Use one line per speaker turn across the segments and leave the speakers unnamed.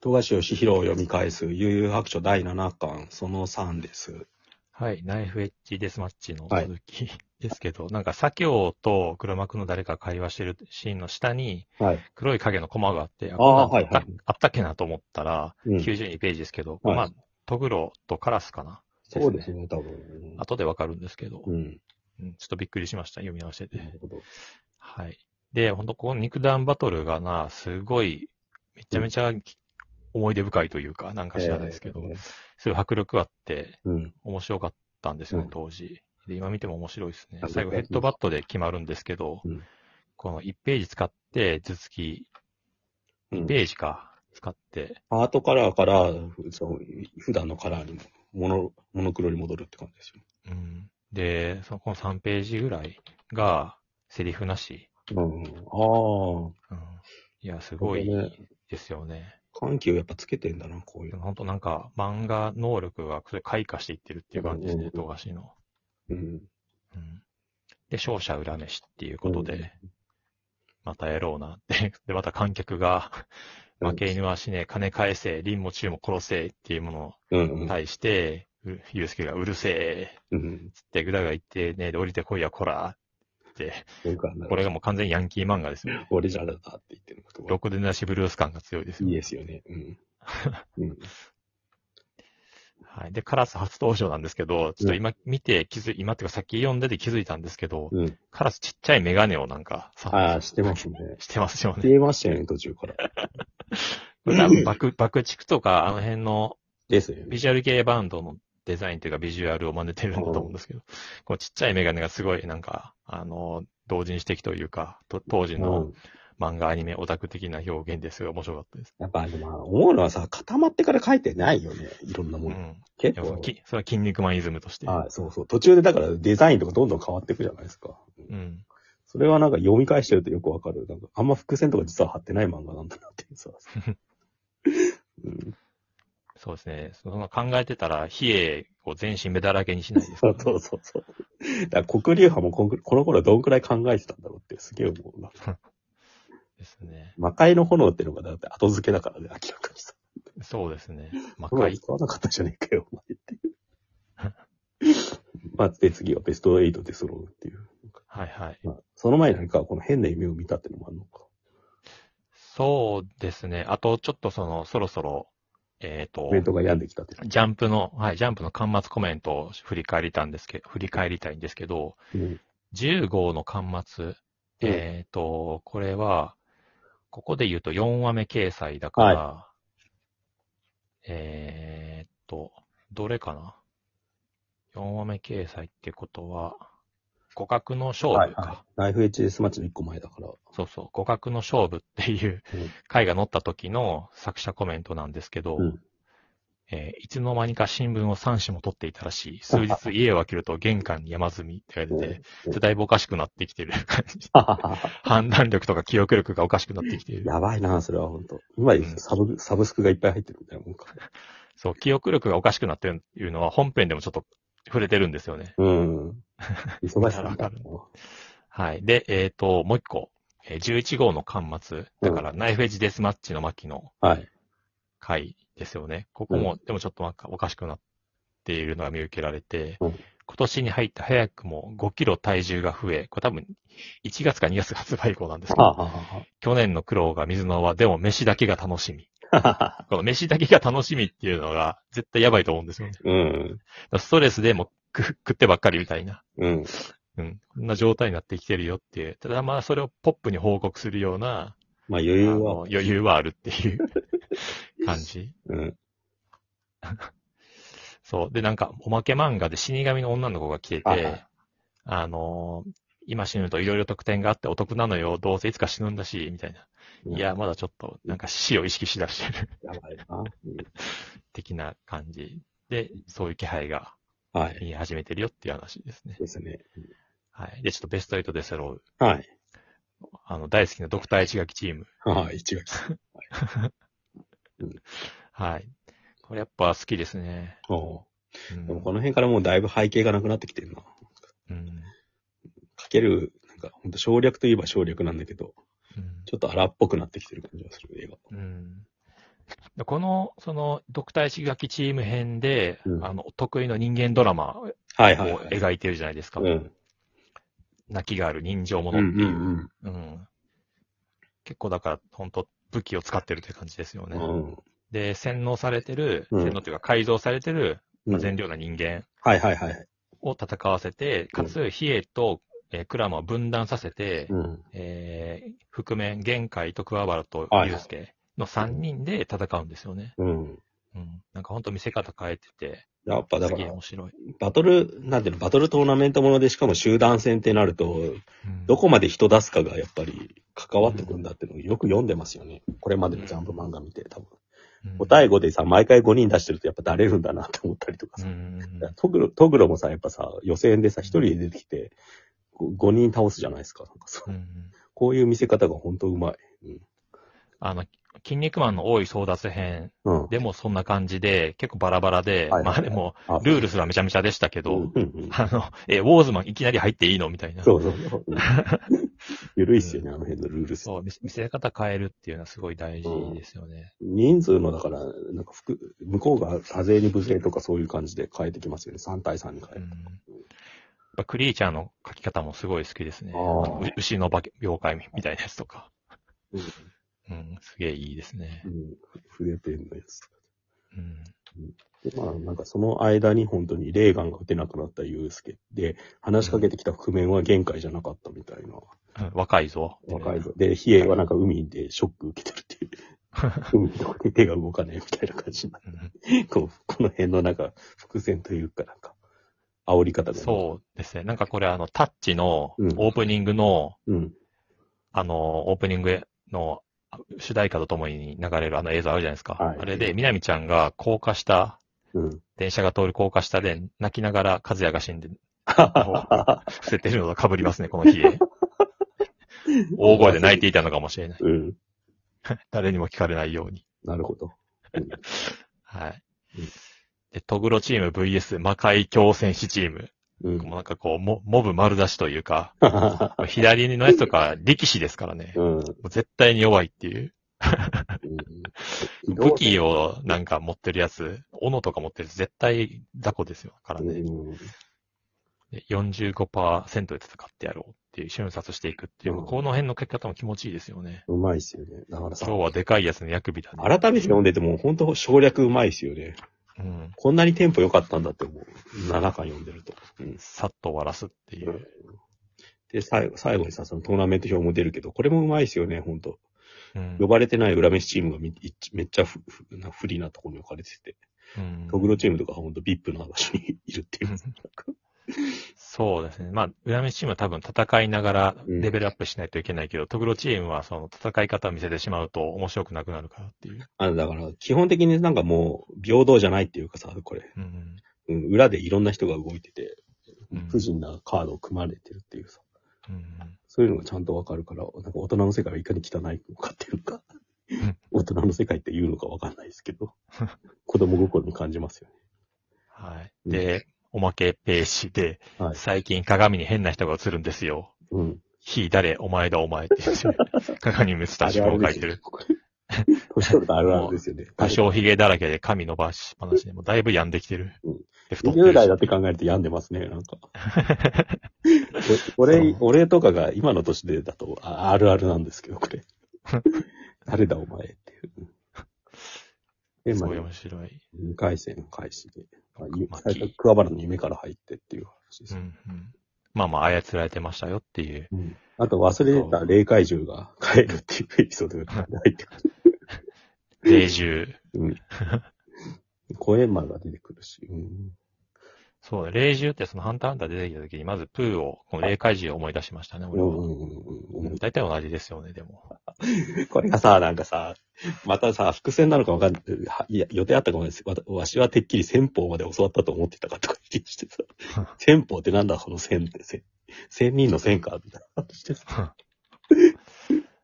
富樫義弘を読み返す、悠々白書第7巻、その3です。
はい、ナイフエッジデスマッチの
はい
続き ですけど、なんか左京と黒幕の誰か会話してるシーンの下に
はい。
黒い影のコマがあって、
あ
あ
ー
こんなの
はいはい
あったあったっけなと思ったら、
うん、
92ページですけど、
はい
まあ、トグロとカラスかな。
そうですね、多分。
後でわかるんですけど、
うん。
うんちょっとびっくりしました、読み合わせ
な
て
る。ほど。
はい。で、ほんとこの肉弾バトルがな、すごい、めちゃめちゃ思い出深いというか、なんか知らないですけど
え、ー
すごい迫力あって、
うん。
面白かったんですよ
う
ね
ん、
当時。で、今見ても面白いですね
あ。
最後ヘッドバットで決まるんですけど、
うん
この1ページ使って、頭突き、
うん
2ページか、使って、
ハートカラーから、ふそう普段のカラーにも、モノ、モノクロに戻るって感じです
うん。で、そのこの3ページぐらいが、セリフなし。
よ。うん。あ
うん。いや、す
あ。
ごい
ここね。
ですよね。
緩急をやっぱつけてんだな、こうい
で
う
も
の。
本当なんか、漫画能力がそれ開花していってるっていう感じです
う
ね、
んうんうん
富樫の。
うん。
うん。で、勝者恨めしっていうこと
うん
で、またやろうなって。で、また観客が、負け犬は死ね、金返せ、凛も中も殺せっていうもの
うん。う
に
ん。
対して、うゆうすけがうるせえ
うん。
つってぐだぐだ言って、ねえで降りてこいや、こらって、
そういう感じだ
これがもう完全にヤンキー漫画ですよ。
俺じゃだって言ってること
ろくでなしブルース感が強いですよ。
いいですよね。うん。うん。
はい。で、カラス初登場なんですけど、ちょっと今見て気づい、今っていうかさっき読んでて気づいたんですけど、
うん。
カラスちっちゃいメガネをなんか、さ
ああ、してますね。
してますよね。
消えましたよね、途中から。
これ多分爆、爆竹とか、あの辺の
ですよね
ビ。ジュアル系バンドのデザインというかビジュアルを真似てるんだと思うんですけど、こうちっちゃいメガネがすごいなんか、あの、同人誌的というか、と当時
う
の
ん。
漫画アニメオタク的な表現ですごい面白かったです。
やっぱ、でもまあ、思うのはさ、固まってから書いてないよね。いろんな
う
も
ん。い
の。
や
結
その
構。
きそれは筋肉マンイズムとして。
はい、そうそう。途中でだからデザインとかどんどん変わっていくじゃないですか。
うん。
それはなんか読み返してるとよくわかる。なんか、あんま伏線とか実は貼ってない漫画なんだなっていう さ。うん。
そうですね。その考えてたら、比叡を全身目だらけにしないです
そ
から
う そうそうそう。だから黒竜派もこんくこの頃どんくらい考えてたんだろうってすげえ思うな。
ですね。
魔界の炎ってのがだって後付けだからね、明らかにさ。
そうですね。魔
これ
界。
使わなかったじゃねえかよ、お前って いう。まあ、で、次はベスト8で揃うっていう。
はいはい。
まあ、その前に何かこの変な夢を見たってのもあるのか。
そうですね。あと、ちょっとその、そろそろ、えっ、と
コメ、ントが病んできたって。
ジャンプの、はい、ジャンプの端末コメントを振り返りたんですけど、振り返りたいんですけど、
うん。
10号の端末、えっ、と、これは、ここで言うと4話目掲載だから、えっ、と、どれかな ?4 話目掲載ってことは、互角の勝
はい
負か。
はい。ライフ HS マッチの一個前だから。
そうそう、互角の勝負っていう
うん
回が載った時の作者コメントなんですけど、
うん
えーいつの間にか新聞を3紙も取っていたらしい。数日家を開けると玄関に山積みって言われて、
うん
ちょっとだいぶおかしくなってきてる感 じ。
はははは
判断力とか記憶力がおかしくなってきている。
やばいな、それは本当。今でサブ、サブスクがいっぱい入ってるみたいなもんか。
そう、記憶力がおかしくなってるっていうのは本編でもちょっと触れてるんですよね。
うん。 忙しさ
わ
だ
かるはい。で、えっ、と、もう一個。えー11号の巻末。だから、ナイフエッジデスマッチの巻の
はい。
回ですよね。ここも、でもちょっとなんかおかしくなっているのが見受けられて、
うん
今年に入って早くも5キロ体重が増え、これ多分1月か2月発売以降なんですけ
は
ど、
あ、はあ
去年の苦労が水の泡、でも飯だけが楽しみ。
はあ はあ、
この飯だけが楽しみっていうのが絶対やばいと思うんですよね。
うん。
だからストレスでもうく食ってばっかりみたいな。
うん。
うん。こんな状態になってきてるよっていう。ただまあそれをポップに報告するような、
まあ余
あ
裕
の
は。
余裕はあるっていう 感じ。
うん。
そう。で、なんか、おまけ漫画で死神の女の子が来て
はいは
て、あのー今死ぬといろいろ特典があってお得なのよ、どうせいつか死ぬんだし、みたいな。
うん
いや、まだちょっと、なんか死を意識しだしてる、
やばいな。
的な感じで、そういう気配が
うんはい。
見え始めてるよっていう話ですね。
ですね。
はい。で、ちょっとベスト8で揃う、
はい。
あの、大好きなドクター一垣チーム。
はい、1月。
はい。これやっぱ好きですね。
お
う
うんでもこの辺からもうだいぶ背景がなくなってきてるな。
うん
かける、なんか、ほんと省略といえば省略なんだけど、
うん
ちょっと荒っぽくなってきてる感じがする、映画。
うんでこの、その、独体式楽器チーム編で、
うん
あの、お得意の人間ドラマを
はいはい、はい。
描いてるじゃないですか。
うん。
泣きがある人情も
うんう
のっ
ん
ていう。うん
うん。
結構だから、本当武器を使ってるって感じですよね。
うん
で、洗脳されてる、
うん
洗脳というか改造されてる、
う
まあ
ん。
善良な人間
はいはいはい。
を戦わせて、かつ、比叡と、えークラマを分断させて、
うん。
えー、覆面、玄海と桑原と
はい
祐介の3人で戦うんですよね。
うん。
うん。なんか本当見せ方変えてて、
やっぱだ
す
か
げえ
ら、
面白い。
バトル、なんていうの、バトルトーナメントもので、しかも集団戦ってなると、
うん
どこまで人出すかがやっぱり関わってくるんだっていうのをよく読んでますよね。これまでのジャンプ漫画見て、多分。
うん
お第5でさ、毎回5人出してるとやっぱだれるんだなって思ったりとか
う
さ。
ん。
トグロ、トグロもさ、やっぱさ、予選でさ、1人で出てきて、5人倒すじゃないですか。なんかそううんこういう見せ方が本当うまい。
あの、筋肉マンの多い争奪編
うん。
でもそんな感じで、結構バラバラで、
はい
まあでも、
あ
ルールすらめちゃめちゃでしたけど、
うんうんうん
あの、え、ウォーズマンいきなり入っていいのみたいな。
そうそうそう。ゆるいっすよね、あの辺のルール
そう見せ見せ方変えるっていうのはすごい大事ですよね。
人数の、だから、なんか服、向こうが多勢に無勢とかそういう感じで変えてきますよね。3対3に
う
変え
ん。や
る。
っぱクリーチャーの描き方もすごい好きですね。
あ
あ
ー
のう牛の化け妖怪みたいなやつとか。
うん
うん、すげえいいですね
う。ん。筆ペンのやつ。
うん。
で、まあ、なんかその間に本当にレーガンが打てなくなったユースケで、話しかけてきた覆面は限界じゃなかったみたいな。
うん若いぞ。
若いぞ。で、ヒエはなんか海でショック受けてるって いう。海とかで手が動かないみたいな感じになっ
うん
て、こう、この辺のなんか、伏線というかなんか、煽り方が。
そうですね。なんかこれあの、タッチの
うん
オープニングの、
う。うん。
あの、オープニングの主題歌とともに流れるあの映像あるじゃないですか。
はい
あれで、みなみちゃんが高架下、
うん。
電車が通る高架下で泣きながら和也が死んで、 伏せてるのが被り ますね、この日。大声で泣いていたのかもしれな い。
うん。
誰にも聞かれないように。
なるほど。
はい
うん。
で、トグロチーム VS 魔界強戦士チーム。
うん。
もうなんかこう、モモブ丸出しというか、
う
左のやつとか力士ですからね。
ん。
もう絶対に弱いっていう。武器
を。
をなんか持ってるやつ、斧とか持ってるやつ、絶対雑魚ですよ。から
う
ね。
ん。
で45%で戦ってやろうっていう、瞬殺していくっていう、
うん
この辺の書き方も気持ちいいですよね。
うまいっすよね。だからさ、
今日はでかいやつの薬味だね。
改めて読んでても本当省略うまいっすよね。
うん。
こんなにテンポ良かったんだって思う。7巻読んでると。うん。
さっと終わらすっていう。
で、最後、最後にさ、そのトーナメント表も出るけど、これもうまいですよね、ほんと。
うん
呼ばれてない裏飯チームがみいっちめっちゃふふな不利なところに置かれてて、
うん
トグロチームとかほんと VIP な場所にいるっていう。
そうですね。まあ、裏飯チームは多分戦いながら
うん
レベルアップしないといけないけど、トグロチームはその戦い方を見せてしまうと面白くなくなるからっていう。
あの、だから、基本的になんかもう、平等じゃないっていうかさ、これ、
うん。
うん、裏でいろんな人が動いてて
うん、
不尽なカードを組まれてるっていうさ、
うん
そういうのがちゃんとわかるから、なんか大人の世界はいかに汚いのかっていうか
ん、
大人の世界って言うのかわかんないですけ ど、子供心に感じますよね。
はい。
うん
で、おまけページで、
はい
最近鏡に変な人が映るんですよ。
うん。
ひ、誰、お前だ、お前って言 って、鏡に映った人を書いてる。。
年取るとあるあるですよね。
多少髭だらけで髪伸ばしっぱなしで、もうだいぶ病んできてる。
うん
で太ってる
20
し
代だって考えると病んでますね、なんか。お 俺、俺とかが今の年でだとああるあるなんですけど、こ れ。誰だお前っていう。で、
す
まあ
ごい、面白い。
2回戦開始で。まあゆ
まあ
最
き
初、桑原の夢から入ってっていう話で
う
す。
んうん、まあまあ、操られてましたよっていう。
うんあと、忘れてた霊怪獣が帰るっていうエピソードが入って くる。
霊獣。
うん。声まが出てくるし。うん
そうね、霊獣ってそのハンターハンター出てきた時に、まずプーを、この霊怪獣を思い出しましたね、
う
俺
んう
は。
んうんうん。
大体同じですよね、でも。
これがさ、なんかさ、またさ、伏線なのかわかんない。はいや、予定あったかもです。わたわしはてっきり戦法まで教わったと思ってたかとか言ってきてさ、戦法ってなんだ、この線って、千千人の線か、みたいな話してさ。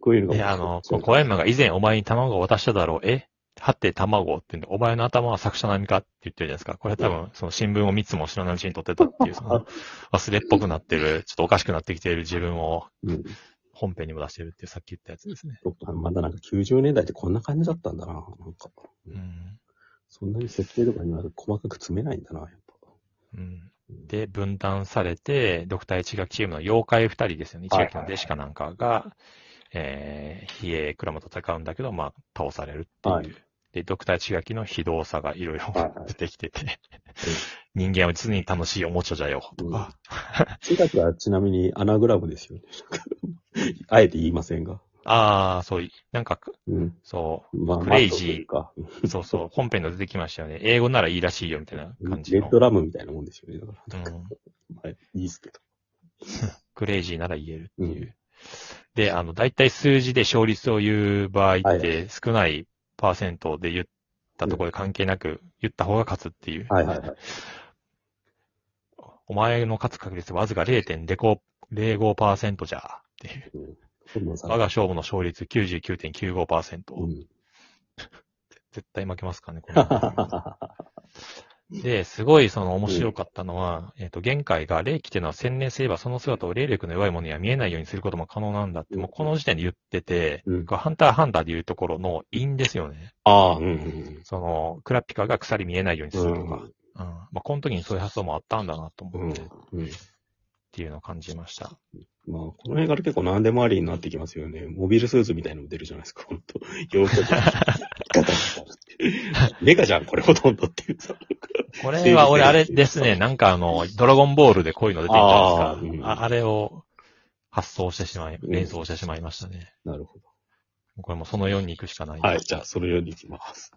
こういうのが。
いや、あの、こ小山が以前お前に卵を渡しただろう、えはって卵って言うんで、お前の頭は作者並みかって言ってるじゃないですか。これは多分、その新聞を3つも知らない うちに撮ってたっていう、その、忘れっぽくなってる、ちょっとおかしくなってきている自分を
うん、
本編にも出してるっていうさっき言ったやつですね。
そっかまだなんか90年代ってこんな感じだったんだな。なんか、
うん。
そんなに設定とかには細かく詰めないんだな、やっ
うん。で、分断されて、ドクター一垣チームの妖怪二人ですよね。一
はいはい
垣の弟子かなんかが、えー、比叡倉間と戦うんだけど、まあ、倒されるっていう。
はい
で、ドクター一垣の非道さがいろいろ
はいはい
出てきてて、人間は常に楽しいおもちゃじゃよ、とか。
ぱ。中学はちなみにアナグラムですよね。 あえて言いませんが。
ああ、そうい、なんか、
うん。
そ
まあ、
クレイジー
ーか。
う、そうそう、本編の出てきましたよね。英語ならいいらしいよ、みたいな感じ
レ
の
ッ。ドラムみたいなもんですよね。だか
う
ら、
ん、
まあいいですけど。
クレイジーなら言えるっていう。
うん
で、あの、大体数字で勝率を言う場合っ
はいは
て、少ないパーセントで言ったところで関係なく、言った方が勝つっていう。
はいはいはい。
お前の勝つ確率はわずか0.05%じゃ、っていう。
今度さ
我が勝負の勝率99.95%。
うん。
絶対負けますからね、 これ。で、すごいその面白かったのは、えっ、と、限界が霊気っていうのは専念すればその姿を霊力の弱いものには見えないようにすることも可能なんだって、もうこの時点で言ってて、
うん
これハンターハンターで言うところの因ですよね。
ああ、うんうん
その、クラピカが鎖見えないようにす
うん。う
る
ん
とか。うん。まあ、この時にそういう発想もあったんだなと
う
思
ん
って、っ。
うん。
ていうのを感じました。
まあ、この辺から結構何でもありになってきますよね。モビルスーツみたいのも出るじゃないですか、ほんと。洋服 じゃん。ガタガタメカじゃん、これほとんどっていうさ。
これは俺あれですね、なんかあの、ドラゴンボールでこういうの出てきた
あ
ん
ー
です
うん
か。ああれを発想してしまい、
ん
連想してしまいましたね。
なるほど。
これもその4に行くしかない。
はい、じゃあ、そのようにいきます。